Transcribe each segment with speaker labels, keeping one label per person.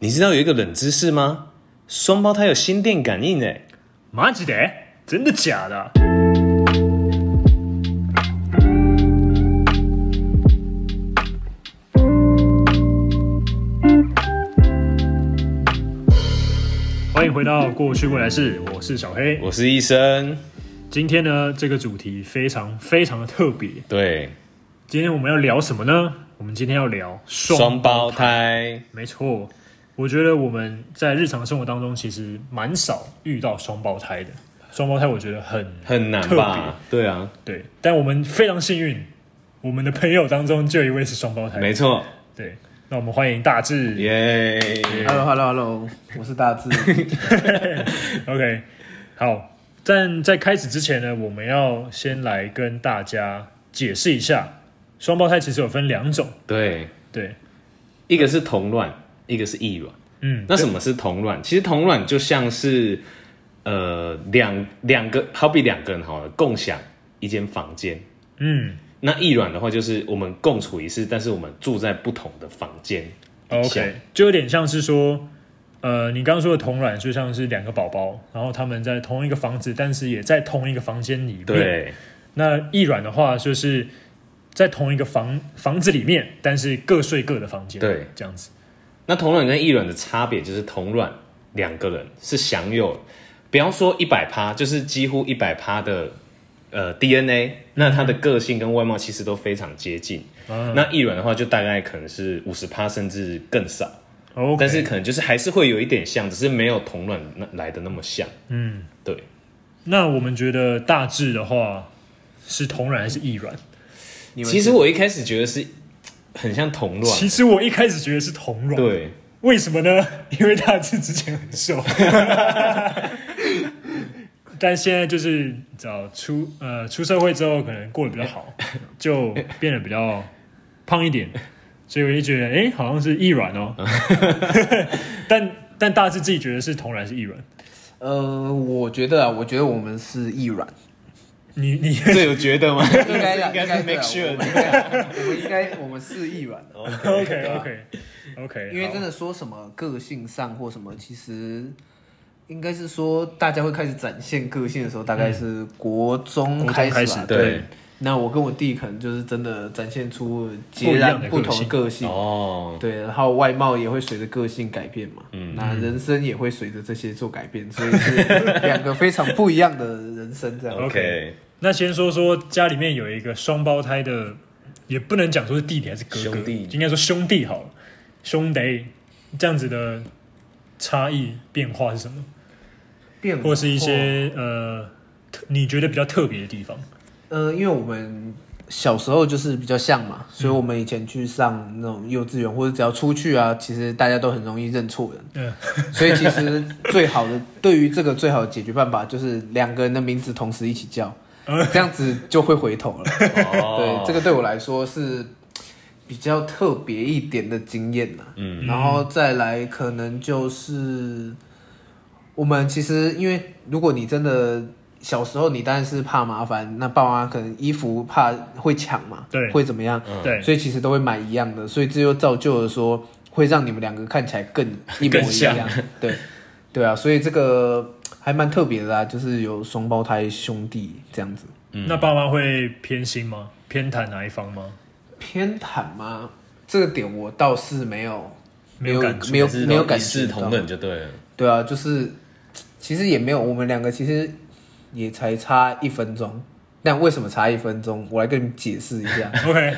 Speaker 1: 你知道有一个冷知识吗？双胞胎有心电感应诶。
Speaker 2: マジで真的假的？欢迎回到过去未来式，我是小黑。
Speaker 1: 我是医生，
Speaker 2: 今天呢，这个主题非常非常的特别。
Speaker 1: 对，
Speaker 2: 今天我们要聊什么呢？我们今天要聊
Speaker 1: 双胞胎，
Speaker 2: 没错，我觉得我们在日常生活当中其实蛮少遇到双胞胎的。双胞胎我觉得很
Speaker 1: 很难吧？对啊，
Speaker 2: 对，但我们非常幸运，我们的朋友当中就有一位是双胞胎。
Speaker 1: 没错，
Speaker 2: 对，那我们欢迎大志。
Speaker 1: 耶、
Speaker 3: Hello Hello Hello，我 是大志。
Speaker 2: OK，好。但在开始之前呢，我们要先来跟大家解释一下，双胞胎其实有分两种。
Speaker 1: 对，
Speaker 2: 对，
Speaker 1: 一个是同卵，一个是异卵。
Speaker 2: 嗯，
Speaker 1: 那什么是同卵？其实同卵就像是呃两两个，好比两个人好了，共享一间房间。
Speaker 2: 嗯
Speaker 1: 那异卵的话，就是我们共处一室，但是我们住在不同的房间。像
Speaker 2: ，OK，就有点像是说，呃，你刚刚说的同卵就像是两个宝宝，然后他们在同一个房子，但是也在同一个房间里面。
Speaker 1: 对，
Speaker 2: 那异卵的话，就是在同一个房房子里面，但是各睡各的房间，
Speaker 1: 对，
Speaker 2: 这样子。
Speaker 1: 那同卵跟异卵的差别就是同卵两个人是享有，不要说一百趴，就是几乎一百趴的呃 DNA，那它的个性跟外貌其实都非常接近。
Speaker 2: 嗯
Speaker 1: 那异卵的话，就大概可能是五十趴甚至更少
Speaker 2: OK，
Speaker 1: 但是可能就是还是会有一点像，只是没有同卵那来的那么像。
Speaker 2: 嗯，
Speaker 1: 对，
Speaker 2: 那我们觉得大致的话是同卵还是异卵？
Speaker 3: 你们
Speaker 1: 其实我一开始觉得是很像同卵，
Speaker 2: 其实我一开始觉得是同 卵，，
Speaker 1: 对，
Speaker 2: 为什么呢？ 因为大致之前很瘦， 但现在就是找出呃出社会之后，可能过得比较好，就变得比较胖一点，所以我就觉得哎、诶好像是易软哦， 但但大致自己觉得是同然是易软，
Speaker 3: 呃，我觉得啊，我觉得我们是易软，
Speaker 2: 你你
Speaker 1: 这有觉得吗？
Speaker 3: 应该
Speaker 1: 应该是
Speaker 3: 对
Speaker 1: make
Speaker 3: 啊
Speaker 1: sure
Speaker 3: 我
Speaker 1: 的
Speaker 3: 们应该我们应该我们是易 软的，
Speaker 2: OK OK OK，
Speaker 3: 因为真
Speaker 2: 的
Speaker 3: 的说什么个性上或什么，其实应该是说大家会开始展现个性的时候，大概是嗯国中
Speaker 2: 国中
Speaker 3: 开
Speaker 2: 开
Speaker 3: 始
Speaker 2: 始
Speaker 3: 吧。
Speaker 1: 对，
Speaker 3: 那我跟我弟可能就是真的展现出
Speaker 2: 不
Speaker 3: 截
Speaker 2: 一样
Speaker 3: 然
Speaker 2: 的
Speaker 3: 不同的个性，
Speaker 1: 哦，
Speaker 3: 对，然后外貌也会随着个性改变嘛，嗯，那人生也会随着这些做改变，所以是两个非常不一样的人 生这样。
Speaker 1: OK，
Speaker 2: 那先说说家里面有一个双胞胎的，也不能讲说是弟弟还是哥哥，
Speaker 1: 兄弟
Speaker 2: 应该说兄弟好了，兄弟这样子的差异变化是什么？
Speaker 3: 变
Speaker 2: 或是一
Speaker 3: 哦
Speaker 2: 些呃，特你觉得比较特别的地方？
Speaker 3: 呃，因为我们小时候就是比较像嘛，所以我们以前去上那种幼稚园或者只要出去啊，其实大家都很容易认错人，
Speaker 2: 嗯，
Speaker 3: 所以其实最好的对于这个最好的解决办法就是两个人的名字同时一起叫，
Speaker 2: 嗯
Speaker 3: 这样子就会回头了。
Speaker 1: 哦
Speaker 3: 对，这个对我来说是比较特别一点的经验呐。嗯，然后再来可能就是我们其实因为如果你真的小时候你当然是怕麻烦，那爸妈可能衣服怕会抢嘛，
Speaker 2: 对
Speaker 3: 会怎么样？
Speaker 2: 对，
Speaker 3: 所以其实都会买一样的，所以这就造就了说会让你们两个看起来更一模
Speaker 1: 更
Speaker 3: 一
Speaker 1: 像
Speaker 3: 样。对，对啊，所以这个还蛮特别的啊，就是有双胞胎兄弟这样子。
Speaker 2: 那爸妈会偏心吗？偏袒哪一方吗？
Speaker 3: 偏袒吗？这个点我倒是没有，
Speaker 2: 没有感触
Speaker 3: 没有
Speaker 1: 是
Speaker 3: 没有感
Speaker 1: 一
Speaker 3: 觉
Speaker 1: 视
Speaker 3: 到
Speaker 1: 同。仁就对了。
Speaker 3: 对啊，就是其实也没有，我们两个其实也才差一分钟。但为什么差一分钟？我来跟你们解释 一下。
Speaker 2: OK，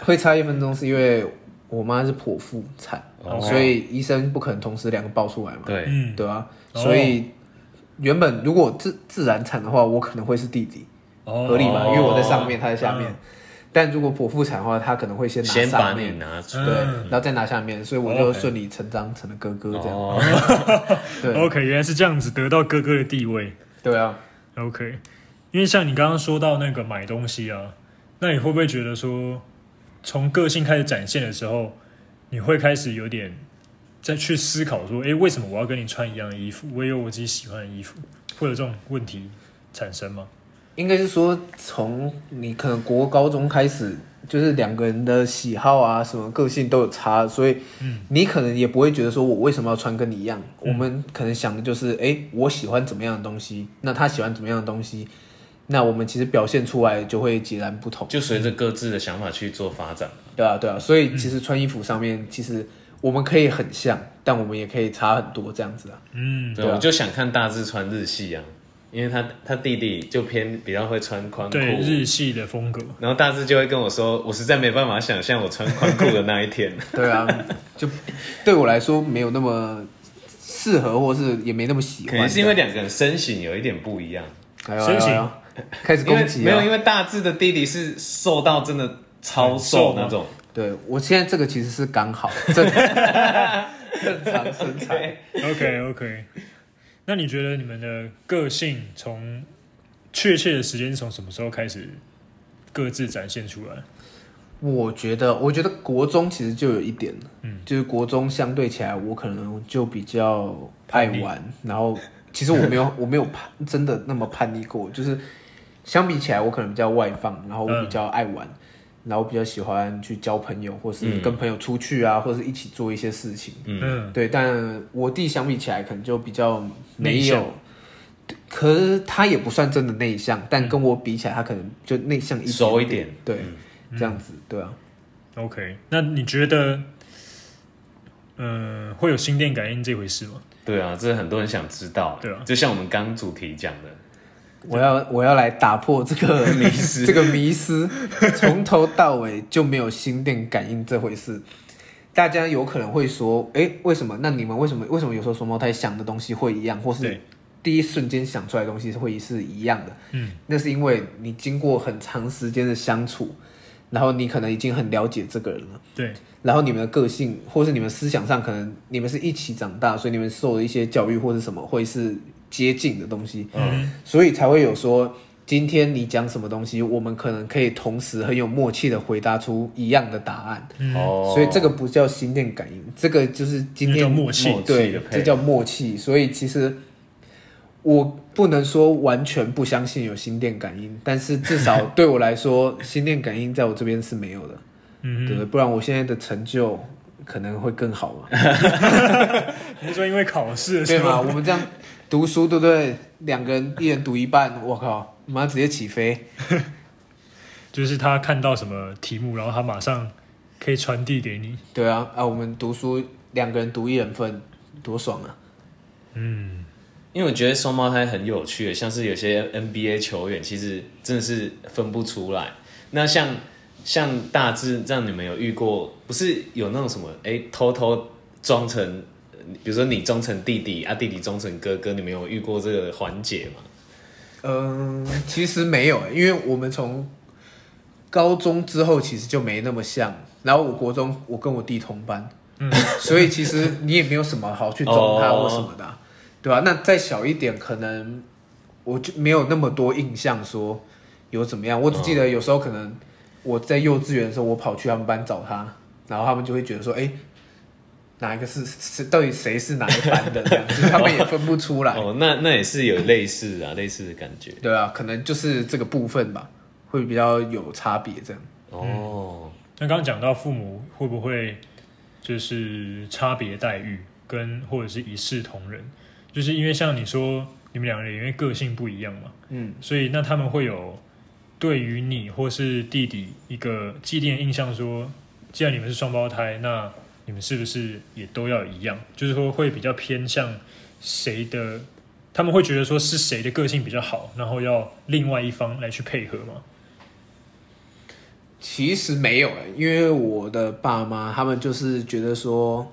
Speaker 3: 会差一分钟是因为我妈是剖腹产，所以医生不可能同时两个抱出来嘛。
Speaker 1: 哦对，
Speaker 2: 嗯，
Speaker 3: 对啊，
Speaker 2: 哦
Speaker 3: 所以原本如果自自然产的话，我可能会是弟弟。
Speaker 2: 哦
Speaker 3: 合理吧？因为我在上
Speaker 2: 面，
Speaker 3: 面，他在下面。但如果剖腹产的话，他可能会先
Speaker 1: 嗯
Speaker 3: 拿
Speaker 1: 先把
Speaker 3: 上
Speaker 1: 你
Speaker 3: 面，
Speaker 1: 拿出
Speaker 2: 嗯
Speaker 3: 对，然后再拿下面，所以我
Speaker 2: 哦
Speaker 3: 就
Speaker 2: ，OK
Speaker 3: 顺理成章成了哥哥这样。
Speaker 1: 哦，
Speaker 3: 对
Speaker 2: OK，原来是这样子得到哥哥的地位。
Speaker 3: 对啊，
Speaker 2: OK，因为像你刚刚说到那个买东西啊，那你会不会觉得说，从个性开始展现的时候，你会开始有点再去思考说，诶，为什么我要跟你穿一样的衣服？我也有我自己喜欢的衣服，会有这种问题产生吗？
Speaker 3: 应该是说从你可能国高中开始，就是两个人的喜好啊，什么个性都有差，所以你可能也不会觉得说我为什么要穿跟你一样。我们可能想的就是，
Speaker 2: 嗯
Speaker 3: 哎、我喜欢怎么样的东西，那他喜欢怎么样的东西，那我们其实表现出来就会截然不同。
Speaker 1: 就随着各自的想法去做发展。
Speaker 3: 对啊，对啊，所以其
Speaker 2: 嗯
Speaker 3: 实穿衣服上面，其实我们可以很像，但我们也可以差很多这样子啊。
Speaker 2: 嗯，
Speaker 1: 对，
Speaker 3: 对啊
Speaker 1: 我就想看大志穿日系啊，因为他他弟弟就偏比较会穿宽裤，
Speaker 2: 对，日系的风格，
Speaker 1: 然后大志就会跟我说，我实在没办法想象我穿宽裤的那一天。
Speaker 3: 对啊，就对我来说没有那么适合，或是也没那么喜欢。
Speaker 1: 可能是因为两个人身形有一点不一样，
Speaker 3: 哎呦
Speaker 2: 身形
Speaker 3: 哎呦哎呦开始
Speaker 1: 因为
Speaker 3: 攻击
Speaker 1: 没有，因
Speaker 3: 啊！
Speaker 1: 为大志的弟弟是瘦到真的超
Speaker 2: 很瘦
Speaker 1: 瘦
Speaker 2: 吗
Speaker 1: 那种，
Speaker 3: 对我现在这个其实是刚好正 正常身材。
Speaker 2: OK OK，那你觉得你们的个性从确切的时间是从什么时候开始各自展现出来？
Speaker 3: 我觉得，我觉得国中其实就有一点，嗯，就是国中相对起来，我可能就比较爱玩，然后其实我 没有，我没有叛，真的那么叛逆过，就是相比起来，我可能比较外
Speaker 2: 嗯
Speaker 3: 放，然后我比较爱玩，然后比较喜欢去交朋友，或是跟朋友出去啊，或是一起做一些事情，
Speaker 2: 嗯，
Speaker 3: 对，但我弟相比起来，可能就比较
Speaker 2: 内
Speaker 3: 没
Speaker 2: 向
Speaker 3: 有，可是他也不算真的内向，但跟我比起来，他可能就内向一点
Speaker 1: 熟一点，
Speaker 3: 对，这样子，对啊。
Speaker 2: OK，那你觉得，嗯、会有心电感应这回事吗？
Speaker 1: 对啊，这很多人想知道。
Speaker 2: 对啊
Speaker 1: 就像我们刚主题讲的，
Speaker 3: 我要我要来打破这个嗯 迷思，这个迷思，从头到尾就没有心电感应这回事。大家有可能会说，哎、为什么？那你们为什么为什么有时候双胞胎想的东西会一样，或是
Speaker 2: 对
Speaker 3: 第一瞬间想出来的东西会是一样的？嗯，那是因为你经过很长时间的相处，然后你可能已经很了解这个人了。
Speaker 2: 对，
Speaker 3: 然后你们的个性或是你们思想上，可能你们是一起长大，所以你们受的一些教育或是什么会是接近的东西，嗯，所以才会有说，今天你讲什么东西，我们可能可以同时很有默契的回答出一样的答案，
Speaker 2: 嗯
Speaker 1: 哦
Speaker 3: 所以这个不叫心电感应，这个就是今
Speaker 2: 那叫
Speaker 3: 天
Speaker 2: 默契
Speaker 1: 默契的
Speaker 3: 对，
Speaker 1: 配合
Speaker 3: 这叫默契。所以其实我不能说完全不相信有心电感应，但是至少对我来说，心电感应在我这边是没有的，嗯，对，不然我现在的成就可能会更好嘛，
Speaker 2: 你是说因为考试的
Speaker 3: 对
Speaker 2: 时
Speaker 3: 吗？
Speaker 2: 候，
Speaker 3: 我们这样读书，对不对？两个人一人读一半，我靠，妈直接起飞。
Speaker 2: 就是他看到什么题目，然后他马上可以传递给你。
Speaker 3: 对啊，啊，我们读书两个人读一人份，多爽啊！
Speaker 1: 因为我觉得双胞胎很有趣，像是有些 NBA 球员其实真的是分不出来。那像像大致让你们有遇过，不是有那种什么哎、诶偷偷装成，呃比如说你装成弟弟啊，弟弟装成哥哥，你们有遇过这个环节吗？
Speaker 3: 嗯，其实没有欸，因为我们从高中之后其实就没那么像。然后我国中我跟我弟同班， 所以其实你也没有什么好去装他
Speaker 1: 哦
Speaker 3: 或什么的啊、对吧、那再小一点，可能我就没有那么多印象说有怎么样。我只记得有时候可能我在幼稚园的时候，我跑去他们班找他，然后他们就会觉得说，哎、哪一个是是到底谁是哪一班的？这样，就是他们也分不出来。
Speaker 1: 哦，那那也是有类似啊，类 似的感觉
Speaker 3: 对啊，可能就是这个部分吧，会比较有差别这样。嗯
Speaker 1: 哦。
Speaker 2: 那刚刚讲到父母会不会就是差别待遇，跟或者是一视同仁，就是因为像你说你们两个人因为个性不一样嘛，
Speaker 3: 嗯，
Speaker 2: 所以那他们会有对于你或是弟弟一个既定印象说，既然你们是双胞胎，那你们是不是也都要一样？就是说会比较偏向谁的，他们会觉得说是谁的个性比较好，然后要另外一方来去配合嘛。
Speaker 3: 其实没有欸、因为我的爸妈他们就是觉得说，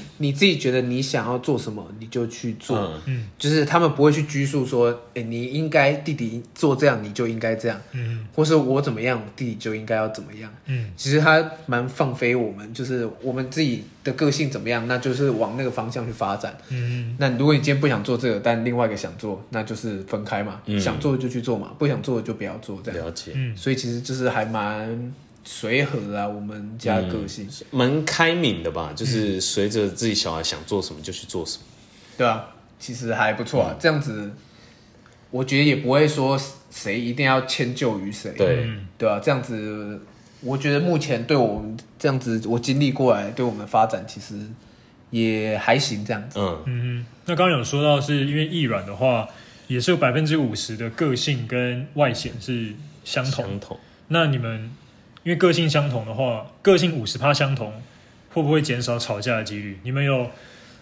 Speaker 3: 你自己觉得你想要做什么，你就去做，
Speaker 1: 嗯
Speaker 3: 就是他们不会去拘束说，哎、你应该弟弟做这样，你就应该这样，嗯，或是我怎么样，弟弟就应该要怎么样，
Speaker 2: 嗯，
Speaker 3: 其实他蛮放飞我们，就是我们自己的个性怎么样，那就是往那个方向去发展，嗯，那如果你今天不想做这个，但另外一个想做，那就是分开嘛，
Speaker 1: 嗯
Speaker 3: 想做就去做嘛，不想做就不要做这样。
Speaker 1: 了解，
Speaker 2: 嗯
Speaker 3: 所以其实就是还蛮随和的啊，我们家的个
Speaker 1: 嗯
Speaker 3: 性，
Speaker 1: 蛮开明的吧，
Speaker 3: 嗯
Speaker 1: 就是随着自己小孩想做什么就去做什么。
Speaker 3: 对啊，其实还不错啊，这样子，我觉得也不会说谁一定要迁就于谁，
Speaker 1: 对，
Speaker 3: 对啊，这样子我觉得目前对我们这样子，我经历过来，对我们的发展其实也还行这样子。
Speaker 1: 嗯，
Speaker 2: 嗯哼，那刚刚有说到是因为易软的话，也是有百分之五十的个性跟外显是相同。
Speaker 1: 相同。
Speaker 2: 那你们因为个性相同的话，个性五十趴相同，会不会减少吵架的几率？你们有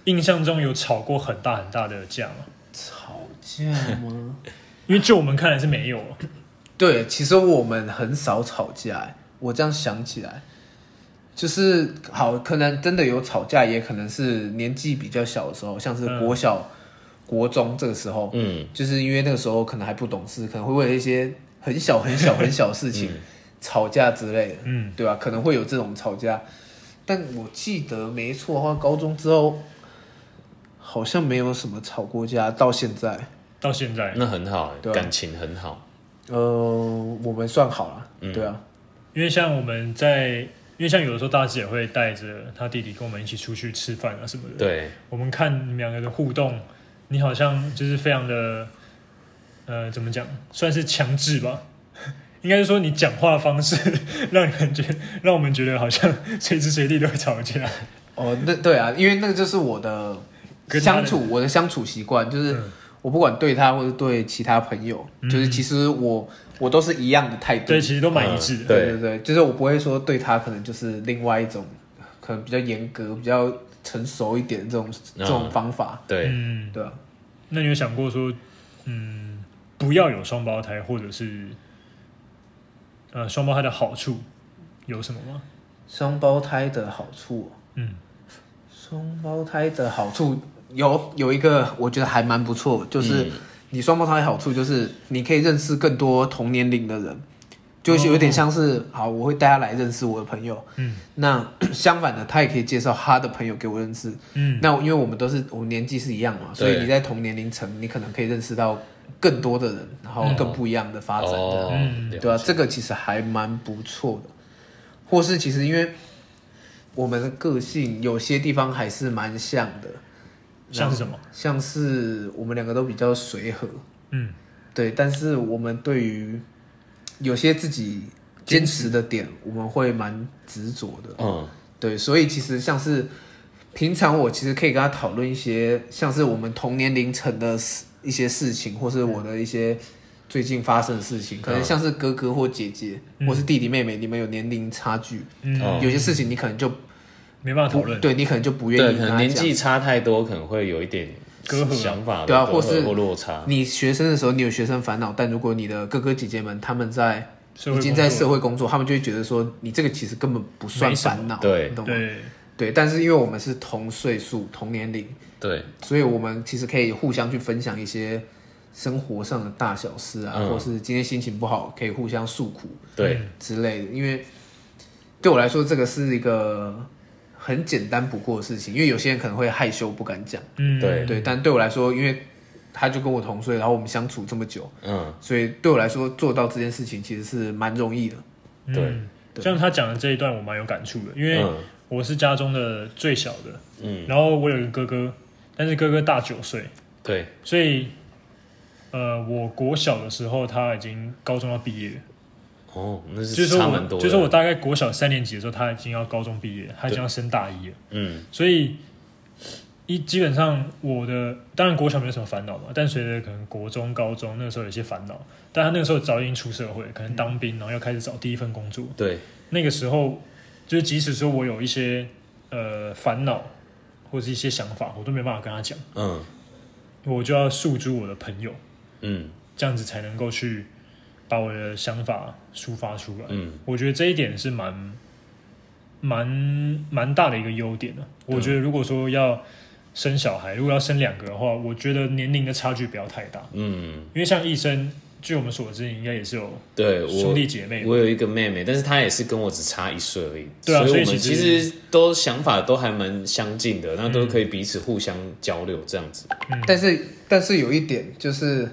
Speaker 2: 印象中有吵过很大很大的架吗？
Speaker 3: 吵架吗？
Speaker 2: 因为就我们看来是没有。
Speaker 3: 对，其实我们很少吵架欸。我这样想起来，就是好，可能真的有吵架，也可能是年纪比较小的时候，像是国小、国中这个时候，
Speaker 1: 嗯，
Speaker 3: 就是因为那个时候可能还不懂事，可能会为了一些很小很小很小的事情、吵架之类的，
Speaker 2: 嗯，
Speaker 3: 对吧、可能会有这种吵架，但我记得没错的话，高中之后好像没有什么吵过架，到现在，
Speaker 2: 到现在，
Speaker 1: 那很好、欸，
Speaker 3: 对啊
Speaker 1: 感情很好。
Speaker 3: 呃，我们算好了，对啊，
Speaker 2: 因为像我们在，因为像有的时候大姐也会带着她弟弟跟我们一起出去吃饭啊什么的。
Speaker 1: 对，
Speaker 2: 我们看你们两个的互动，你好像就是非常的，呃，怎么讲，算是强制吧？ 应该是说你讲话的方式，让你们觉 让我们觉得好像随时随地都会吵架。
Speaker 3: 哦，那对啊，因为那个就是我的
Speaker 2: 跟他
Speaker 3: 相
Speaker 2: 的
Speaker 3: 处，我的相处习惯就是
Speaker 2: 嗯
Speaker 3: 我不管对他或者对其他朋友，就是其实我我都是一样的态度
Speaker 2: 对，，其实都蛮一致的。
Speaker 1: 嗯
Speaker 3: 对对对，就是我不会说对他可能就是另外一种，可能比较严格、比较成熟一点的这种这种
Speaker 1: 嗯
Speaker 3: 方法，
Speaker 1: 对，
Speaker 2: 嗯，
Speaker 3: 对啊，
Speaker 2: 那你有想过说，嗯，不要有双胞胎，或者是呃双胞胎的好处有什么吗？
Speaker 3: 双胞胎的好处哦，
Speaker 2: 嗯
Speaker 3: 双胞胎的好处有有一个我觉得还蛮不错，就是
Speaker 1: 嗯
Speaker 3: 你双胞胎的好处就是你可以认识更多同年龄的人，就是有点像是、好，我会带他来认识我的朋友。
Speaker 2: 哦嗯
Speaker 3: 那 相反的，他也可以介绍他的朋友给我认识。
Speaker 2: 嗯，
Speaker 3: 那因为我们都是我们年纪是一样嘛，所以
Speaker 1: 对
Speaker 3: 你在同年龄层，你可能可以认识到更多的人，然后更不一样的发展。这样
Speaker 1: 哦，
Speaker 2: 嗯
Speaker 1: 了
Speaker 3: 对啊，
Speaker 1: 解
Speaker 3: 这个其实还蛮不错的，或是其实因为我们的个性有些地方还是蛮像的，
Speaker 2: 像是什么？
Speaker 3: 像是我们两个都比较随和，
Speaker 2: 嗯
Speaker 3: 对，但是我们对于有些自己坚持的点，我们会蛮执着的，
Speaker 1: 嗯，
Speaker 3: 对，所以其实像是平常我其实可以跟他讨论一些像是我们同年龄层的事一些事情，或是我的一些最近发生的事情，
Speaker 2: 嗯
Speaker 3: 可能像是哥哥或姐姐，或是弟弟妹妹，你们有年龄差距，
Speaker 2: 嗯，
Speaker 1: 哦
Speaker 3: 有些事情你可能就
Speaker 2: 没办法讨
Speaker 3: 不
Speaker 2: 论。
Speaker 3: 对你可能就不愿
Speaker 1: 对，
Speaker 3: 意
Speaker 1: 可
Speaker 3: 跟
Speaker 1: 能
Speaker 3: 他
Speaker 1: 年
Speaker 3: 讲
Speaker 1: 纪差太多，可能会有一点
Speaker 2: 隔阂
Speaker 1: 想法的
Speaker 3: 对啊
Speaker 1: 隔
Speaker 3: 或
Speaker 1: 阂
Speaker 3: 是
Speaker 1: 或落差。
Speaker 3: 你学生的时候，你有学生烦恼，但如果你的哥哥姐姐们他们在
Speaker 2: 社会
Speaker 3: 已经在
Speaker 2: 工作
Speaker 3: 社会工作，他们就会觉得说你这个其实根本不算
Speaker 2: 没什么
Speaker 3: 烦恼，
Speaker 1: 对
Speaker 3: 你懂吗？
Speaker 2: 对，
Speaker 3: 对，但是因为我们是同岁数、同年龄，
Speaker 1: 对，
Speaker 3: 所以我们其实可以互相去分享一些生活上的大小事啊，
Speaker 1: 嗯
Speaker 3: 或是今天心情不好可以互相诉苦
Speaker 1: 对，
Speaker 3: 之类的。因为对我来说，这个是一个很简单不过的事情，因为有些人可能会害羞不敢讲，
Speaker 2: 嗯，
Speaker 1: 对
Speaker 3: 对，但对我来说，因为他就跟我同岁，然后我们相处这么久，
Speaker 1: 嗯，
Speaker 3: 所以对我来说做到这件事情其实是蛮容易的。
Speaker 1: 对
Speaker 2: 嗯，像他讲的这一段，我蛮有感触的，因为
Speaker 1: 嗯
Speaker 2: 我是家中的最小的，
Speaker 1: 嗯，
Speaker 2: 然后我有一个哥哥，但是哥哥大九岁，
Speaker 1: 对，
Speaker 2: 所以，呃，我国小的时候他已经高中要毕业了，
Speaker 1: 哦，那
Speaker 2: 就是是说
Speaker 1: 差蛮
Speaker 2: 我，
Speaker 1: 多的。
Speaker 2: 就是我大概国小三年级的时候，他已经要高中毕业了，他已经要升大一了，
Speaker 1: 嗯，
Speaker 2: 所以。一基本上我的当然国小没有什么烦恼嘛，但随着可能国中、高中那个时候有些烦恼，但他那个时候早已经出社会，可能当兵，然后要开始找第一份工作，
Speaker 1: 对，
Speaker 2: 那个时候，就是即使说我有一些呃烦恼或是一些想法，我都没办法跟他讲，
Speaker 1: 嗯
Speaker 2: 我就要诉诸我的朋友，
Speaker 1: 嗯
Speaker 2: 这样子才能够去把我的想法抒发出来。
Speaker 1: 嗯，
Speaker 2: 我觉得这一点是蛮蛮蛮大的一个优点的、我觉得如果说要生小孩，如果要生两个的话，我觉得年龄的差距不要太大，
Speaker 1: 嗯，
Speaker 2: 因为像医生，据我们所知，应该也是有
Speaker 1: 对
Speaker 2: 兄
Speaker 1: 我
Speaker 2: 弟姐妹嘛。
Speaker 1: 我有一个妹妹，但是她也是跟我只差一岁而已，
Speaker 2: 对啊
Speaker 1: 所
Speaker 2: 所以
Speaker 1: 我们其
Speaker 2: 其实嗯
Speaker 1: 实都想法都还蛮相近的，那都可以彼此互相交流这样子。
Speaker 3: 但是但是有一点就是，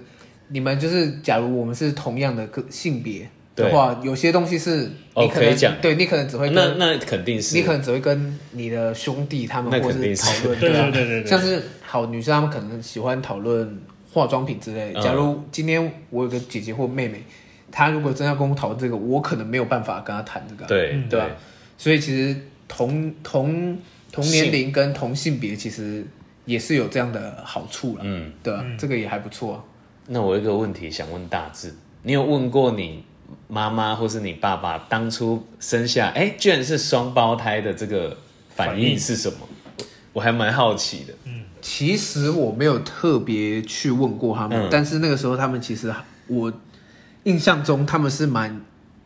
Speaker 3: 你们就是假如我们是同样的个性别的
Speaker 1: 对
Speaker 3: 话，有些东西是
Speaker 1: 哦
Speaker 3: 你可
Speaker 1: 可以
Speaker 3: 能、
Speaker 1: 讲
Speaker 3: 对你可能只会
Speaker 1: 那
Speaker 3: 跟
Speaker 1: 那肯定是
Speaker 3: 你可能只会跟你的兄弟他们
Speaker 1: 那
Speaker 3: 或
Speaker 1: 肯定
Speaker 3: 是
Speaker 1: 是
Speaker 3: 讨论
Speaker 2: 对
Speaker 3: 啊
Speaker 2: 对对对对
Speaker 3: 像是好女生她们可能喜欢讨论化妆品之类的。
Speaker 1: 嗯
Speaker 3: 假如今天我有个姐姐或妹妹，他如果真要跟我讨论这个，我可能没有办法跟他谈这个啊、
Speaker 1: 对
Speaker 3: 对啊所以其实同同同年龄跟同性别其实也是有这样的好处了，
Speaker 1: 嗯，
Speaker 3: 对啊，这个也还不错啊、
Speaker 1: 那我有一个问题想问大志，你有问过你妈妈或是你爸爸当初生下，哎、居然是双胞胎的这个反应是什么？我还蛮好奇的。
Speaker 3: 其实我没有特别去问过他们，
Speaker 1: 嗯
Speaker 3: 但是那个时候他们其实我印象中他们是蛮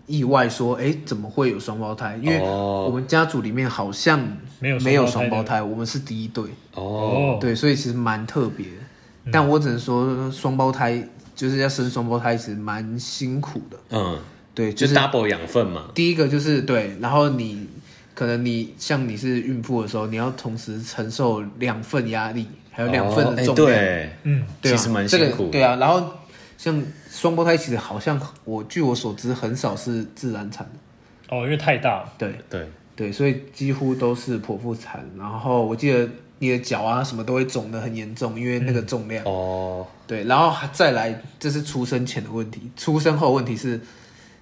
Speaker 3: 意外说，哎，怎么会有双胞胎？因为
Speaker 1: 哦
Speaker 3: 我们家族里面好像
Speaker 2: 没有双胞胎的
Speaker 3: 没有双胞胎，我们是第一对，
Speaker 1: 哦，
Speaker 3: 对，所以其实蛮特别的。但我只能说，双胞胎就是要生双胞胎，其实蛮辛苦的。
Speaker 1: 嗯，
Speaker 3: 对，
Speaker 1: 就
Speaker 3: 就是
Speaker 1: double 养分嘛。
Speaker 3: 第一个就是对，然后你可能你像你是孕妇的时候，你要同时承受两份压力，还有两份
Speaker 1: 哦
Speaker 3: 的
Speaker 1: 哎
Speaker 3: 重量，
Speaker 1: 对，
Speaker 2: 嗯，
Speaker 3: 对啊，
Speaker 1: 其实蛮
Speaker 3: 这个
Speaker 1: 辛苦的
Speaker 3: 对啊，然后像双胞胎，其实好像我据我所知，很少是自然产的，
Speaker 2: 哦，因为太大了，
Speaker 3: 对
Speaker 1: 对，
Speaker 3: 对，所以几乎都是剖腹产。然后我记得你的脚啊什么都会肿得很严重，因为那个重量。
Speaker 1: 哦，
Speaker 3: 对，然后再来，这是出生前的问题，出生后的问题是，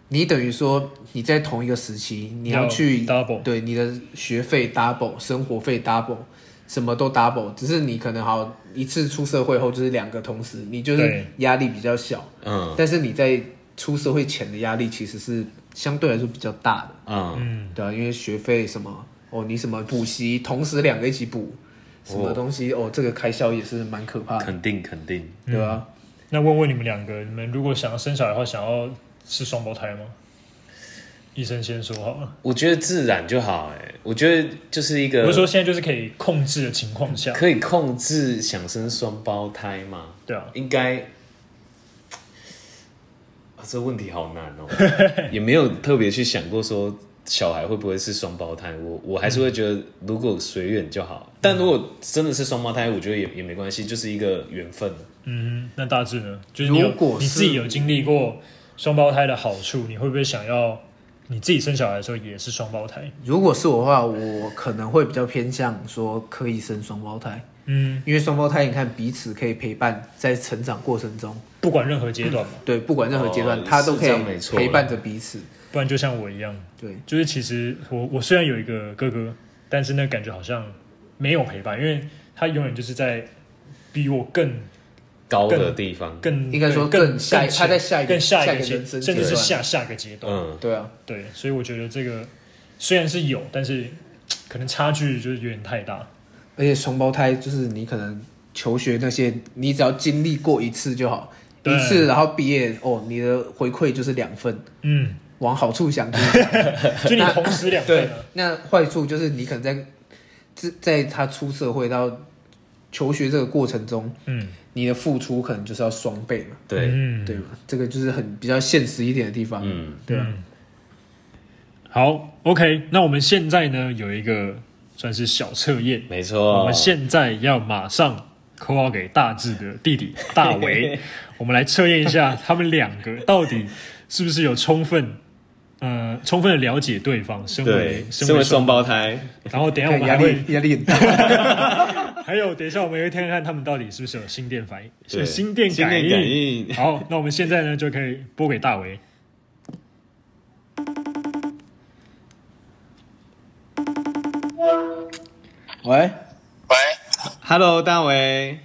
Speaker 3: 你等于说你在同一个时期，你要
Speaker 2: 要
Speaker 3: 去
Speaker 2: double
Speaker 3: 对你的学费 double，生活费 double，什么都 double，只是你可能好一次出社会后就是两个同时，你就是
Speaker 2: 对
Speaker 3: 压力比较小，
Speaker 1: 嗯
Speaker 3: 但是你在出社会前的压力其实是相对来说比较大的，
Speaker 1: 嗯，
Speaker 3: 对啊，因为学费什么哦，你什么补习，同时两个一起补，什么
Speaker 1: 哦
Speaker 3: 东西哦这个开销也是蛮可怕的，
Speaker 1: 肯定肯定。
Speaker 3: 对啊吧、
Speaker 2: 那问问你们两个，你们如果想要生小孩的话，想要是双胞胎吗？医生先说好了，
Speaker 1: 我觉得自然就好、哎，我觉得就是一
Speaker 2: 我
Speaker 3: 呃
Speaker 1: 个，
Speaker 2: 是说现在就是可以控制的情况下，
Speaker 1: 可以控制想生双胞胎嘛？
Speaker 2: 对啊，
Speaker 1: 应该、啊这问题好难哦， 也没有特别去想过说小孩会不会是双胞胎，我我还是会觉得如果随缘就好。但如果真的是双胞胎，我觉得也也没关系，就是一个缘分。
Speaker 2: 嗯，那大致呢，就是你有
Speaker 3: 如果是
Speaker 2: 你自己有经历过双胞胎的好处，你会不会想要你自己生小孩的时候也是双胞胎？
Speaker 3: 如果是我的话，我可能会比较偏向说可以生双胞胎，
Speaker 2: 嗯，
Speaker 3: 因为双胞胎你看彼此可以陪伴在成长过程中，
Speaker 2: 不管任何阶段嘛，
Speaker 3: 对，不管任何阶段，
Speaker 1: 哦
Speaker 3: 他都可
Speaker 1: 是这
Speaker 3: 以
Speaker 1: 样没错
Speaker 3: 陪伴着彼此，
Speaker 2: 不然就像我一样，
Speaker 3: 对，
Speaker 2: 就是其实我我虽然有一个哥哥，但是那感觉好像没有陪伴，因为他永远就是在比我更
Speaker 1: 高的地方，
Speaker 2: 更
Speaker 3: 应该说
Speaker 2: 对
Speaker 3: 更下
Speaker 2: 前
Speaker 3: 他在下一个
Speaker 2: 更下
Speaker 3: 下
Speaker 2: 一
Speaker 3: 一
Speaker 2: 个
Speaker 3: 个
Speaker 2: 阶，
Speaker 3: 人生
Speaker 2: 甚
Speaker 3: 阶
Speaker 2: 至是
Speaker 3: 段
Speaker 2: 下下个阶段。
Speaker 1: 嗯，
Speaker 3: 对啊，
Speaker 2: 对，所以我觉得这个虽然是有，但是可能差距就是有点太大。
Speaker 3: 而且双胞胎就是你可能求学那些，你只要经历过一次就好，
Speaker 2: 对
Speaker 3: 一次然后毕业哦，你的回馈就是两份，
Speaker 2: 嗯，
Speaker 3: 往好处想，
Speaker 2: 就你同时两份
Speaker 3: 对
Speaker 2: 啊，，
Speaker 3: 那坏处就是你可能在在在他出社会到求学这个过程中，
Speaker 2: 嗯
Speaker 3: 你的付出可能就是要双倍嘛，
Speaker 1: 对，
Speaker 2: 嗯
Speaker 3: 对吗？这个就是很比较现实一点的地方，
Speaker 1: 嗯，
Speaker 3: 对吧？
Speaker 2: 嗯好，OK，那我们现在呢有一个算是小测验，
Speaker 1: 没错。
Speaker 2: 我们现在要马上 call out 给大志的 弟弟大为，我们来测验一下他们两个到底是不是有充分。呃，充分的了解对方，身为
Speaker 1: 对，身
Speaker 2: 身
Speaker 1: 为
Speaker 2: 为
Speaker 1: 双胞胎，
Speaker 2: 然后等一哎下我们
Speaker 3: 看压
Speaker 2: 还会
Speaker 3: 力压力 很大，
Speaker 2: 还有，等一下我们会看看他们到底是不是有心电反应，
Speaker 1: 对
Speaker 2: 是心电
Speaker 1: 心
Speaker 2: 感
Speaker 1: 电
Speaker 2: 应。
Speaker 1: 感应
Speaker 2: 好，那我们现在呢就可以拨给大为。
Speaker 3: 喂
Speaker 4: 喂
Speaker 1: ，Hello，大为，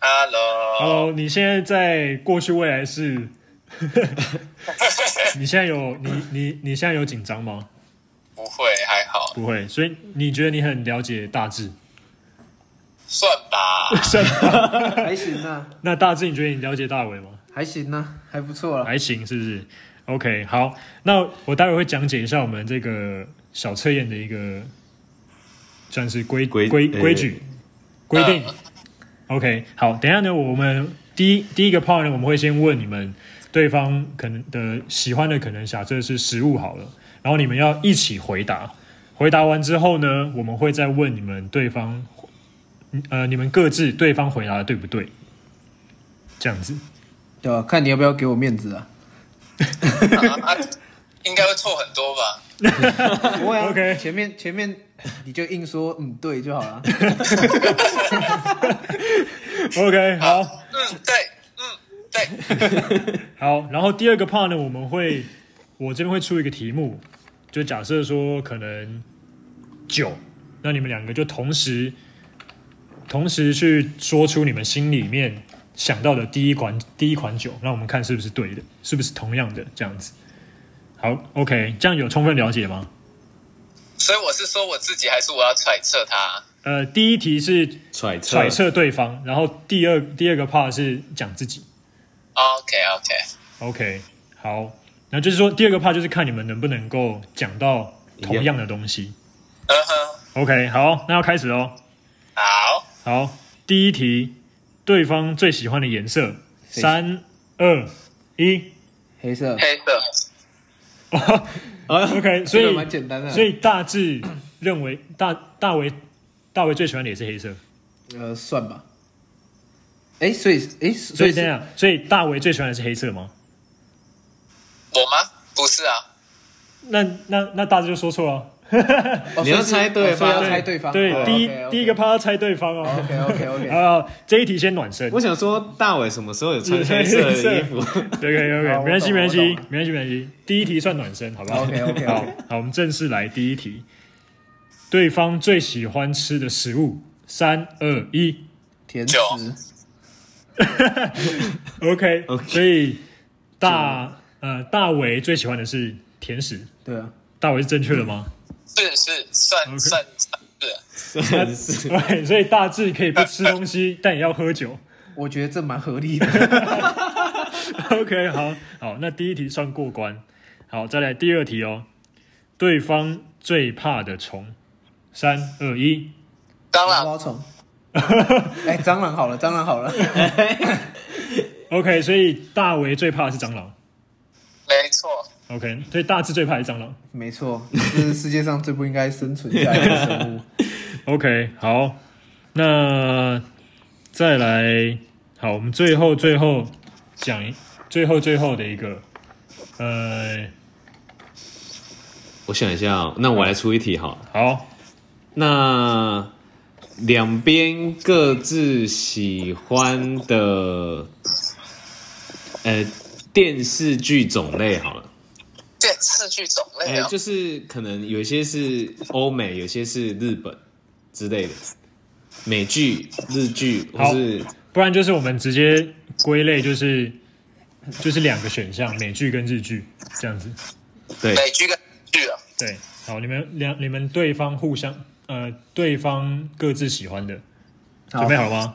Speaker 4: ，Hello，
Speaker 2: Hello，你现在在过去未来是？ 你现在有你你你现在有紧张吗？
Speaker 4: 不会，还好，
Speaker 2: 不会，所以你觉得你很了解大志？
Speaker 4: 算吧。啊
Speaker 3: 还行啊，
Speaker 2: 那大志，你觉得你了解大为吗？
Speaker 3: 还行啊，还不错 啊。
Speaker 2: 还行，是不是？OK，好，那我待会会讲解一下我们这个小测验的一个算是规
Speaker 1: 规
Speaker 2: 规
Speaker 1: 呃啊
Speaker 2: 规矩规定。OK，好，等一下呢，我们第一第一个 part 呢，我们会先问你们对方可能的喜欢的可能假设是食物好了，然后你们要一起回答。回答完之后呢，我们会再问你们对方，呃，你们各自对方回答的对不对？这样子。
Speaker 3: 对吧？看你要不要给我面子啊？
Speaker 4: 啊应该会错很多吧？
Speaker 3: 不会啊
Speaker 2: OK
Speaker 3: 前面前面你就硬说嗯对就好 了。
Speaker 2: OK，好。啊
Speaker 4: 嗯，对，嗯，对，
Speaker 2: 好，然后第二个 part 呢，我们会我这边会出一个题目，就假设说可能酒，那你们两个就同时同时去说出你们心里面想到的第一款第一款酒，让我们看是不是对的，是不是同样的这样子。好，OK，这样有充分了解吗？
Speaker 4: 所以我是说我自己，还是我要揣测他？
Speaker 2: 呃，第一题是
Speaker 1: 揣测
Speaker 2: 揣测对方，然后第二第二个 part 是讲自己。
Speaker 4: OK OK，
Speaker 2: OK，好，那就是说第二个 part 就是看你们能不能够讲到同样的东西。
Speaker 4: 嗯哼，
Speaker 2: OK，好，那要开始喽。
Speaker 4: 好，
Speaker 2: 好，第一题，对方最喜欢的颜色，
Speaker 3: 谁
Speaker 2: 三二一。
Speaker 3: 黑色，
Speaker 4: 黑色，
Speaker 1: 啊，
Speaker 2: OK，所
Speaker 3: 这个
Speaker 2: 以
Speaker 3: 蛮简单的，
Speaker 2: 所以大致认为大大为大为最喜欢的也是黑色，
Speaker 3: 呃算吧。哎，所以哎，
Speaker 2: 所
Speaker 3: 所
Speaker 2: 以
Speaker 3: 以
Speaker 2: 这
Speaker 3: 是
Speaker 2: 样，所以大为最喜欢的是黑色吗？
Speaker 4: 我吗？不是啊，
Speaker 2: 那那那大致就说错了。
Speaker 3: 哦
Speaker 1: 你要
Speaker 3: 所以是
Speaker 1: 猜对
Speaker 3: 哦所以
Speaker 1: 方
Speaker 3: 要猜对 方，
Speaker 2: 对，第一第一个 part 要猜对方哦。
Speaker 3: OK OK OK，
Speaker 2: 啊，这一题先暖身。
Speaker 1: 我想说大伟什么时候有穿黑色的衣服？
Speaker 2: 对，可以，可以，
Speaker 3: 好
Speaker 2: 没关系，
Speaker 3: 我懂
Speaker 2: 没关系
Speaker 3: 我懂，
Speaker 2: 没关系，没关系。第一题算暖身，好不好
Speaker 3: OK，OK，OK
Speaker 2: 好，好，我们正式来第一题。对方最喜欢吃的食物，三二一
Speaker 3: 甜食
Speaker 4: 酒，
Speaker 2: ，OK。
Speaker 1: OK
Speaker 2: 所以大呃大伟最喜欢的是甜食，
Speaker 3: 对啊，
Speaker 2: 大伟是正确的 吗？
Speaker 4: 是是算
Speaker 2: OK
Speaker 4: 算 算是。
Speaker 1: 真是
Speaker 2: 对，所以大致可以不吃东西， 但也要喝酒。
Speaker 3: 我觉得这蛮合理的。
Speaker 2: OK，好好，那第一题算过关。好，再来第二题哦。对方最怕的虫，三二一，
Speaker 4: 当
Speaker 3: 毛
Speaker 4: 然，
Speaker 3: 毛虫，哎，蟑螂好了，蟑螂好了，
Speaker 2: OK，所以大为最怕的是蟑螂。
Speaker 4: 没错，
Speaker 2: OK，所以大致最怕的是蟑螂。
Speaker 3: 没错，这是世界上最不应该生存下来的生物。
Speaker 2: OK，好，那再来，好，我们最后最后讲一最后最后的一个，呃，
Speaker 1: 我想一下、哦，那我来出一题好了。
Speaker 2: 好，
Speaker 1: 那两边各自喜欢的呃电视剧种类好了，
Speaker 4: 电视剧种
Speaker 1: 哎、
Speaker 4: 类啊，
Speaker 1: 就是可能有一些是欧美，有些是日本之类的，美剧、日剧或
Speaker 2: 好
Speaker 1: 是
Speaker 2: 不然就是我们直接归类，就是就是两个选项，美剧跟日剧这样子。
Speaker 1: 对
Speaker 4: 美剧跟日剧啊，
Speaker 2: 对，好，你们两你们对方互相呃，对方各自喜欢的，
Speaker 3: 好
Speaker 2: 准备好了吗？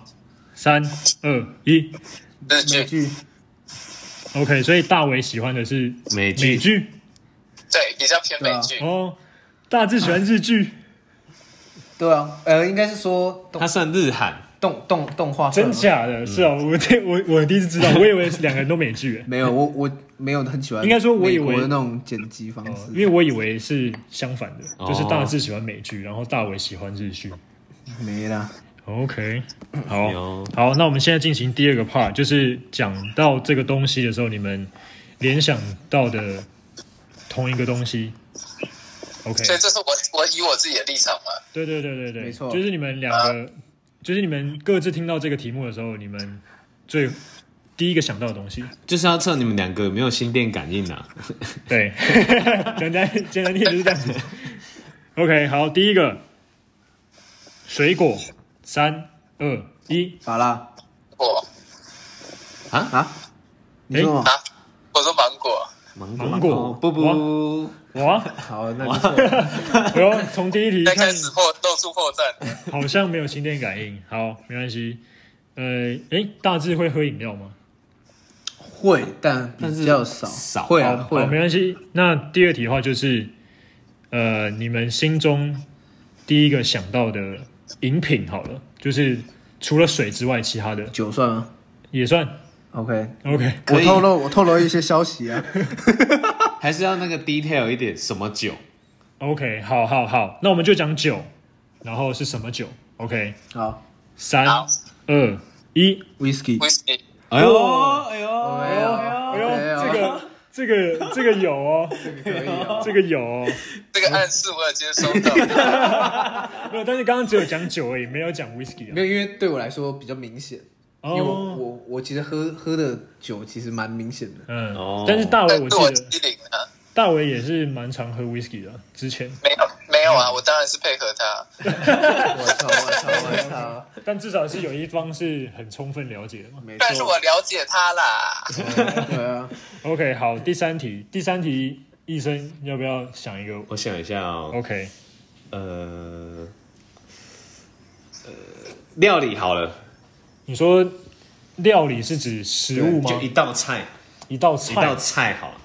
Speaker 2: 三二一。
Speaker 4: 日
Speaker 3: 美
Speaker 4: 剧
Speaker 3: 剧
Speaker 2: OK，所以大伟喜欢的是
Speaker 1: 美
Speaker 2: 美
Speaker 1: 剧。
Speaker 2: 剧
Speaker 4: 对比较偏美剧，
Speaker 2: 哦，大致喜欢日剧，
Speaker 3: 对啊，呃，应该是说动
Speaker 1: 它算日韩，
Speaker 3: 动动动画算
Speaker 2: 真
Speaker 3: 吗，
Speaker 2: 假的？是啊，我第我我第一次知道，我以为是两个人都美剧， 欸
Speaker 3: 没有我我没有很喜欢，
Speaker 2: 应该说我以为
Speaker 3: 的那种剪辑方
Speaker 2: 哦因
Speaker 3: 式，
Speaker 2: 为我以为是相反的，
Speaker 1: 哦
Speaker 2: 就是大致喜欢美剧，然后大伟喜欢日剧。
Speaker 3: 没啦。
Speaker 2: OK，好
Speaker 1: 有
Speaker 2: 好，那我们现在进行第二个 part，就是讲到这个东西的时候，你们联想到的同一个东西。OK，
Speaker 4: 所以这是我我以我自己的立场嘛，
Speaker 2: 对对对对对，
Speaker 3: 没错
Speaker 2: 就是你们两个，就是你们各自听到这个题目的时候，你们最第一个想到的东西，
Speaker 1: 就是要测你们两个有没有心电感应啊。
Speaker 2: 对， 简单简单点就是这样子。OK，好，第一个水果，三二一，
Speaker 3: 法拉
Speaker 4: 我
Speaker 3: 啊，你说什么？
Speaker 4: 啊，我说芒果，
Speaker 1: 芒
Speaker 2: 芒果
Speaker 1: 不不，
Speaker 2: 哇，
Speaker 3: 好，那就 错。
Speaker 2: 我要从第一题
Speaker 4: 再
Speaker 2: 看
Speaker 4: 开，始破露出破绽，
Speaker 2: 好像没有心电感应，好，没关系。呃，诶，大致会喝饮料吗？
Speaker 3: 会，但
Speaker 1: 但
Speaker 3: 比
Speaker 1: 是
Speaker 3: 较少。
Speaker 1: 少
Speaker 3: 会
Speaker 2: 好
Speaker 3: 啊，会
Speaker 2: 好，
Speaker 3: 啊
Speaker 2: 哦没。关系。那第二题的话就是，呃，你们心中第一个想到的饮品好了，就是除了水之外，其他的
Speaker 3: 酒算吗
Speaker 2: 也算
Speaker 3: ？OK，
Speaker 2: OK。
Speaker 1: 可
Speaker 3: 我
Speaker 1: 以
Speaker 3: 透露我透露一些消息啊。
Speaker 1: 还是要那个 detail 一点，什么酒？
Speaker 2: OK，好好好，那我们就讲酒，然后是什么酒？OK，
Speaker 3: 好
Speaker 2: 三
Speaker 4: 好
Speaker 2: 二一，
Speaker 3: ，Whisky，
Speaker 4: whisky
Speaker 1: 哎呦
Speaker 2: 哇
Speaker 1: 哎呦
Speaker 3: 哎呦
Speaker 2: 哦哎
Speaker 3: 哎
Speaker 2: 呦，这
Speaker 3: 呦
Speaker 2: 个这个这个有哦，
Speaker 3: 可以啊
Speaker 2: 这个有哦，
Speaker 4: 这个暗示我有接收到，
Speaker 2: 没有，但是刚刚只有讲酒而已，没有讲 whisky
Speaker 3: 没
Speaker 2: 啊。
Speaker 3: 有，因为对我来说比较明显。因为我
Speaker 2: 哦，
Speaker 3: 我我其实喝喝的酒其实蛮明显的，
Speaker 2: 嗯，
Speaker 1: 哦
Speaker 2: 但是大
Speaker 4: 但
Speaker 2: 伟
Speaker 4: 是
Speaker 2: 我
Speaker 4: 我
Speaker 2: 记得
Speaker 4: 机灵啊，
Speaker 2: 大伟也是蛮常喝 whisky 的，之前，
Speaker 4: 没有没有啊，我当然是配合他。
Speaker 3: 我操我操我操，
Speaker 2: 但至少是有一方是很充分了解的嘛。
Speaker 3: 没
Speaker 4: 但是
Speaker 3: 错
Speaker 4: 我，了解他啦，
Speaker 3: 对啊，
Speaker 2: OK，好，第三题，第三题，医生要不要想一个
Speaker 1: 我想一下哦，
Speaker 2: ？OK，
Speaker 1: 呃呃，料理好了，
Speaker 2: 你说料理是指食物吗
Speaker 1: 就？一道菜，
Speaker 2: 一道
Speaker 1: 一道
Speaker 2: 菜，
Speaker 1: 菜好了，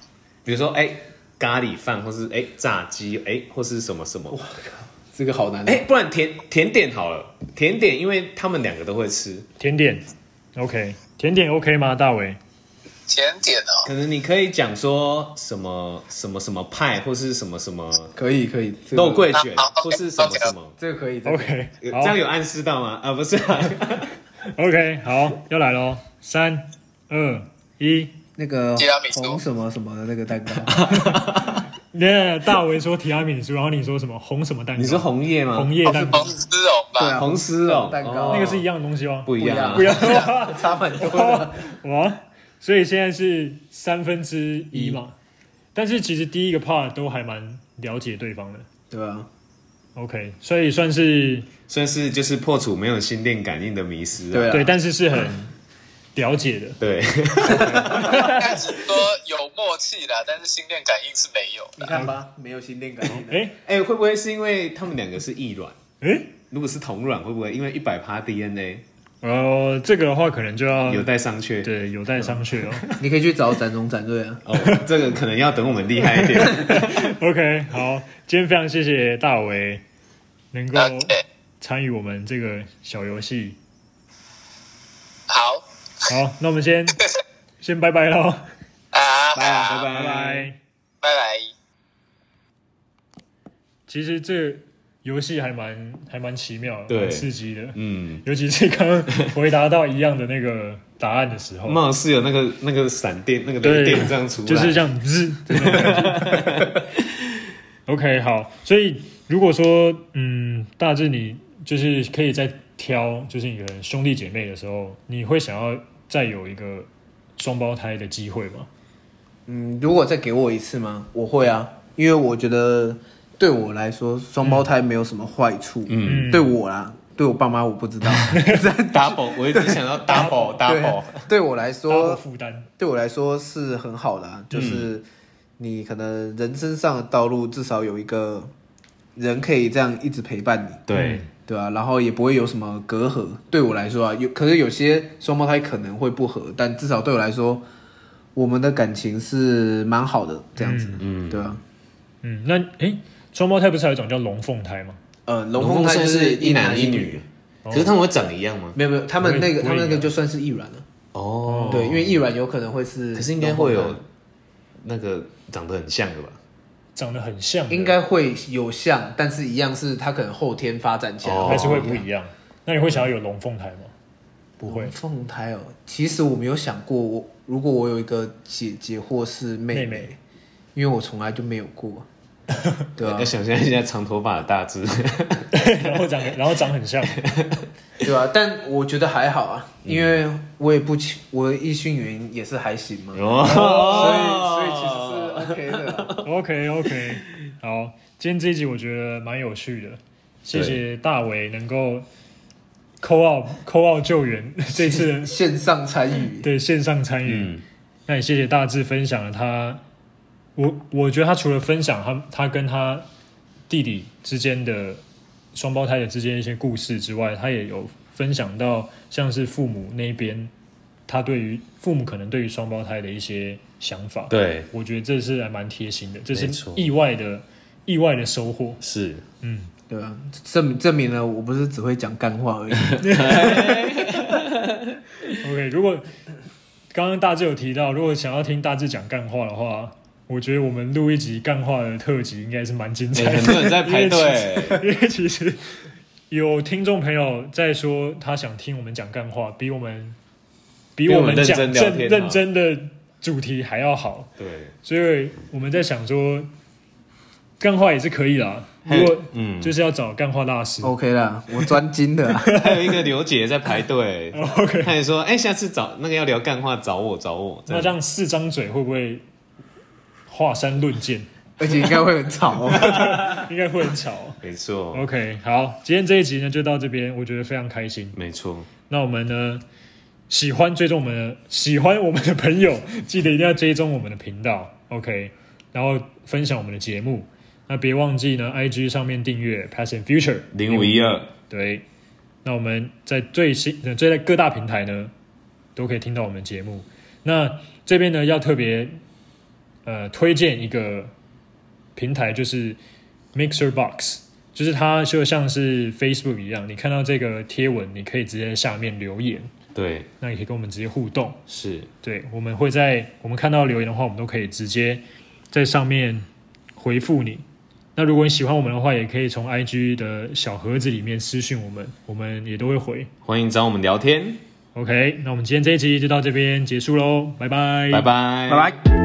Speaker 1: 比如说哎、咖喱饭，或是哎、炸鸡，哎、或是什么什么，
Speaker 3: 这个好难啊
Speaker 1: 哎、不然甜甜点好了，甜点因为他们两个都会吃，
Speaker 2: 甜点。OK，甜点 OK 吗？大伟
Speaker 4: 甜点哦，
Speaker 1: 可能你可以讲说什么什么什么派，或是什么什么
Speaker 3: 可以可以，这个
Speaker 1: 肉桂卷，
Speaker 4: 好好
Speaker 1: 或是什么什么。
Speaker 3: 这个可以这个可以
Speaker 2: ，OK，
Speaker 1: 有
Speaker 2: 好
Speaker 1: 呃这样有暗示到吗？啊，不是、啊，
Speaker 2: ，OK，好，要来喽，三、二、一。
Speaker 3: 那个
Speaker 4: 提拉米苏
Speaker 3: 红什么什么的那个蛋糕，
Speaker 2: 那大为说提拉米苏，然后你说什么红什么蛋 糕？
Speaker 1: 你说红哦叶吗？
Speaker 2: 红叶蛋糕
Speaker 4: 红，丝绒
Speaker 3: 对
Speaker 4: 吧
Speaker 3: 啊，
Speaker 1: 红丝哦，
Speaker 3: 蛋糕
Speaker 1: 哦
Speaker 2: 那个是一样的东西吗？
Speaker 1: 不一样啊，
Speaker 2: 不一样，
Speaker 3: 差蛮多的。
Speaker 2: 哇！所以现在是三分之一嘛。但是其实第一个 part 都还蛮了解对方的
Speaker 3: 对啊，
Speaker 2: ，OK，所以算是
Speaker 1: 算是就是破除没有心电感应的迷失、啊。
Speaker 3: 对啊
Speaker 2: 对，但是是很了解的。
Speaker 1: 对，
Speaker 4: 但是说有默契啦，但是心电感应是没有
Speaker 3: 你看 吧，没有心电感应的。
Speaker 2: 哎
Speaker 1: 哎、会不会是因为他们两个是异卵？
Speaker 2: 哎，
Speaker 1: 如果是同卵，会不会因为一百趴 DNA
Speaker 2: 呃，这个的话可能就要
Speaker 1: 有待商榷？
Speaker 2: 对有待商榷哦。
Speaker 3: 你可以去找展荣展瑞啊，
Speaker 1: 哦，这个可能要等我们厉害一点。
Speaker 2: OK，好，今天非常谢谢大为能够
Speaker 1: 啊
Speaker 4: 的。对，
Speaker 2: 参与我们这个小游戏。
Speaker 4: 好
Speaker 2: 好，那我们先先拜拜喽，
Speaker 4: 啊，
Speaker 1: 拜啊
Speaker 4: 好
Speaker 1: 拜
Speaker 2: 拜拜。
Speaker 4: 拜拜。
Speaker 2: 其实这个游戏还蛮还蛮奇妙的，
Speaker 1: 对
Speaker 2: 蛮刺激的。
Speaker 1: 嗯，
Speaker 2: 尤其是刚刚回答到一样的那个答案的时候，
Speaker 1: 貌似有那个那个闪电、那个雷
Speaker 2: 对，
Speaker 1: 嗯电这样出来，
Speaker 2: 就是这样滋。这种感觉 OK，好，所以如果说，嗯，大致你就是可以在挑，就是你的兄弟姐妹的时候，你会想要再有一个双胞胎的机会吗？
Speaker 3: 嗯，如果再给我一次吗？我会啊，因为我觉得对我来说，双胞胎没有什么坏处。嗯，对我啦，对我爸妈我不知道。
Speaker 1: double，我一直想 到 double
Speaker 3: 对
Speaker 1: double，，
Speaker 3: 对我来
Speaker 2: 大过
Speaker 3: 说，
Speaker 2: 负担，
Speaker 3: 对我来说是很好的、啊，就是你可能人生上的道路至少有一个人可以这样一直陪伴你。
Speaker 1: 对，
Speaker 3: 对啊，然后也不会有什么隔阂。对我来说啊，有可是有些双胞胎可能会不合，但至少对我来说，我们的感情是蛮好的，这样子，嗯，对啊。
Speaker 2: 嗯，那诶，双胞胎不是还有一种叫龙凤胎吗？
Speaker 3: 呃，龙凤胎就是一男一女，，
Speaker 1: 可是他们会长一样吗？
Speaker 3: 没有没有，他们那个
Speaker 2: 不
Speaker 3: 他
Speaker 2: 会不会
Speaker 3: 们那个
Speaker 2: 一样
Speaker 3: 就算是异卵了，
Speaker 1: 哦，
Speaker 3: 对，因为异卵有可能会是，
Speaker 1: 可是应该会有，那个长得很像的吧？
Speaker 2: 长得很像的，
Speaker 3: 应该会有像，但是一样是它可能后天发展起来
Speaker 1: 哦
Speaker 2: 还是会不一样。那你会想要有龙凤胎吗？不会
Speaker 3: 龙，凤胎哦，其实我没有想过，我如果我有一个姐姐或是妹
Speaker 2: 妹妹
Speaker 3: 因为我从来就没有 过，对啊
Speaker 1: 要，想象一下长头发的大致，
Speaker 2: 然后长得然后长很像，
Speaker 3: 对啊，但我觉得还好啊，因为我也不清，我的异性缘也是还行嘛，所以所以其实是 OK 的啊。
Speaker 2: OK OK，好，今天这一集我觉得蛮有趣的，谢谢大伟能够扣奥扣奥救援 这次的
Speaker 3: 线上参与，
Speaker 2: 对线上参与，
Speaker 1: 嗯，
Speaker 2: 那也谢谢大志分享了他，我我觉得他除了分享他他跟他弟弟之间的双胞胎的之间一些故事之外，他也有分享到像是父母那边他对于父母可能对于双胞胎的一些想法，
Speaker 1: 对，
Speaker 2: 我觉得这是还蛮贴心的，这
Speaker 1: 没
Speaker 2: 是
Speaker 1: 错
Speaker 2: 意外的意外的收获。
Speaker 1: 是
Speaker 2: 嗯，
Speaker 3: 对啊，证明证明了我不是只会讲干话而已。
Speaker 2: OK，如果刚刚大志有提到，如果想要听大志讲干话的话，我觉得我们录一集干话的特辑应该是蛮精彩
Speaker 1: 欸
Speaker 2: 的。
Speaker 1: 很多人在排队，
Speaker 2: 因为其实有听众朋友在说他想听我们讲干话，比我们比
Speaker 1: 比我
Speaker 2: 我
Speaker 1: 们
Speaker 2: 们
Speaker 1: 认
Speaker 2: 讲
Speaker 1: 真聊
Speaker 2: 正
Speaker 1: 天啊
Speaker 2: 认
Speaker 1: 好
Speaker 2: 真的主题还要好，
Speaker 1: 对，
Speaker 2: 所以我们在想说，干话也是可以啦。
Speaker 3: 嘿
Speaker 2: 如果
Speaker 1: 嗯哦
Speaker 2: 就是要找干话大师，
Speaker 3: OK 啦，我专精的啊啦。
Speaker 1: 还有一个刘姐在排 队
Speaker 2: OK
Speaker 1: 她也说，哎、下次找那个要聊干话，找我找我。这
Speaker 2: 那
Speaker 1: 样
Speaker 2: 这样四张嘴会不会华山论剑？
Speaker 3: 而且应该会很吵哦。
Speaker 2: 应该会很吵。
Speaker 1: 没错，
Speaker 2: OK，好，今天这一集呢就到这边，我觉得非常开心。
Speaker 1: 没错，
Speaker 2: 那我们呢，喜欢追踪我们的喜欢我们的朋友，记得一定要追踪我们的频道，OK，然后分享我们的节目。那别忘记呢，IG 上面订阅 Past and Future
Speaker 1: 零五一二，
Speaker 2: 对，那我们在最新、呃最在各大平台呢，都可以听到我们的节目。那这边呢，要特别呃推荐一个平台，就是 Mixer Box，就是它就像是 Facebook 一样，你看到这个贴文，你可以直接在下面留言，
Speaker 1: 对，
Speaker 2: 那也可以跟我们直接互动。
Speaker 1: 是
Speaker 2: 对，我们会在我们看到留言的话，我们都可以直接在上面回复你。那如果你喜欢我们的话，也可以从 IG 的小盒子里面私讯我们，我们也都会回。
Speaker 1: 欢迎找我们聊天，
Speaker 2: OK，那我们今天这一集就到这边结束喽，拜拜，
Speaker 1: 嗯拜拜，
Speaker 3: 拜拜。